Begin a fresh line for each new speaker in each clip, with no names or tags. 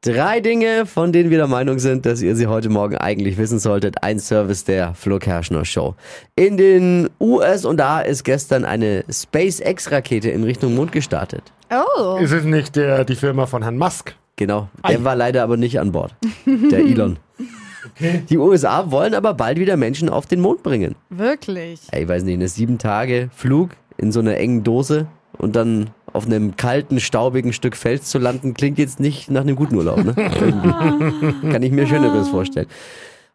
Drei Dinge, von denen wir der Meinung sind, dass ihr sie heute Morgen eigentlich wissen solltet. Ein Service der Flo Kerschner Show. In den US und da ist gestern eine SpaceX-Rakete in Richtung Mond gestartet.
Oh.
Ist es nicht der, die Firma von Herrn Musk?
Genau. Der war leider aber nicht an Bord. Der Elon. Die USA wollen aber bald wieder Menschen auf den Mond bringen.
Wirklich.
Ja, ich weiß nicht, eine sieben Tage Flug in so einer engen Dose und dann auf einem kalten, staubigen Stück Fels zu landen, klingt jetzt nicht nach einem guten Urlaub. Ne? Irgendwie. Kann ich mir Schöneres vorstellen.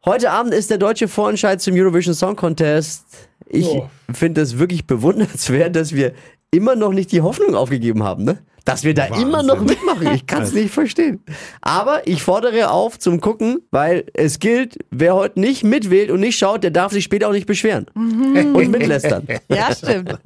Heute Abend ist der deutsche Vorentscheid zum Eurovision Song Contest. Ich finde es wirklich bewundernswert, dass wir immer noch nicht die Hoffnung aufgegeben haben, ne? Dass wir da immer noch mitmachen. Ich kann es nicht verstehen. Aber ich fordere auf zum Gucken, weil es gilt, wer heute nicht mitwählt und nicht schaut, der darf sich später auch nicht beschweren. Und mitlästern.
Ja, stimmt.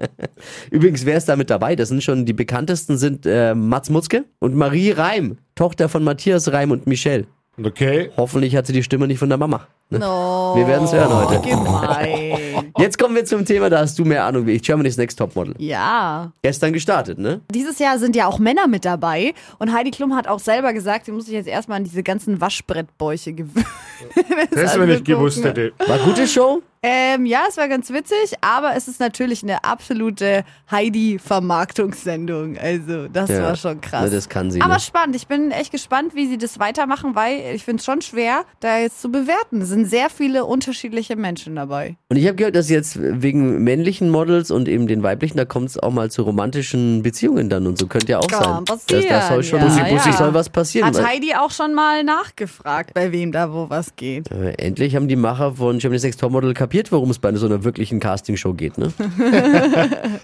Übrigens, wer ist da mit dabei? Das sind schon die bekanntesten sind äh, Mats Mutzke und Marie Reim, Tochter von Matthias Reim und Michelle.
Okay.
Hoffentlich hat sie die Stimme nicht von der Mama.
No.
Wir werden's hören heute.
Gemein.
Jetzt kommen wir zum Thema, da hast du mehr Ahnung wie ich. Germany's Next Topmodel.
Ja.
Gestern gestartet, ne?
Dieses Jahr sind ja auch Männer mit dabei. Und Heidi Klum hat auch selber gesagt, sie muss sich jetzt erstmal an diese ganzen Waschbrettbäuche gewöhnen.
Das, wenn ich gewusst hätte.
War gute Show?
Ähm, ja, es war ganz witzig, aber es ist natürlich eine absolute Heidi-Vermarktungssendung. Also, das
Ja.
war schon krass.
Na, das kann sie,
Aber
ne?
spannend. Ich bin echt gespannt, wie sie das weitermachen, weil ich finde es schon schwer, da jetzt zu bewerten. Es sind sehr viele unterschiedliche Menschen dabei.
Und ich habe gehört, dass jetzt wegen männlichen Models und eben den weiblichen, da kommt es auch mal zu romantischen Beziehungen dann und so. Könnte ja auch sein.
Kann passieren,
Das, das soll schon,
ja,
Bussi, Bussi,
ja.
soll was passieren.
Hat
weil-
Heidi auch schon mal nachgefragt, bei wem da wo was geht.
Äh, Endlich haben die Macher von Germany's Next Topmodel kapiert, worum es bei so einer wirklichen Castingshow geht, ne?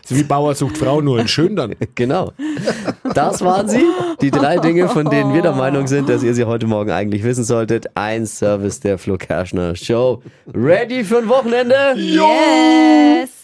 So wie Bauer sucht Frau, nur in Schön dann.
Genau. Das waren sie. Die drei Dinge, von denen wir der Meinung sind, dass ihr sie heute Morgen eigentlich wissen solltet. Ein Service der Flo Kerschner Show. Ready für ein Wochenende?
Yes!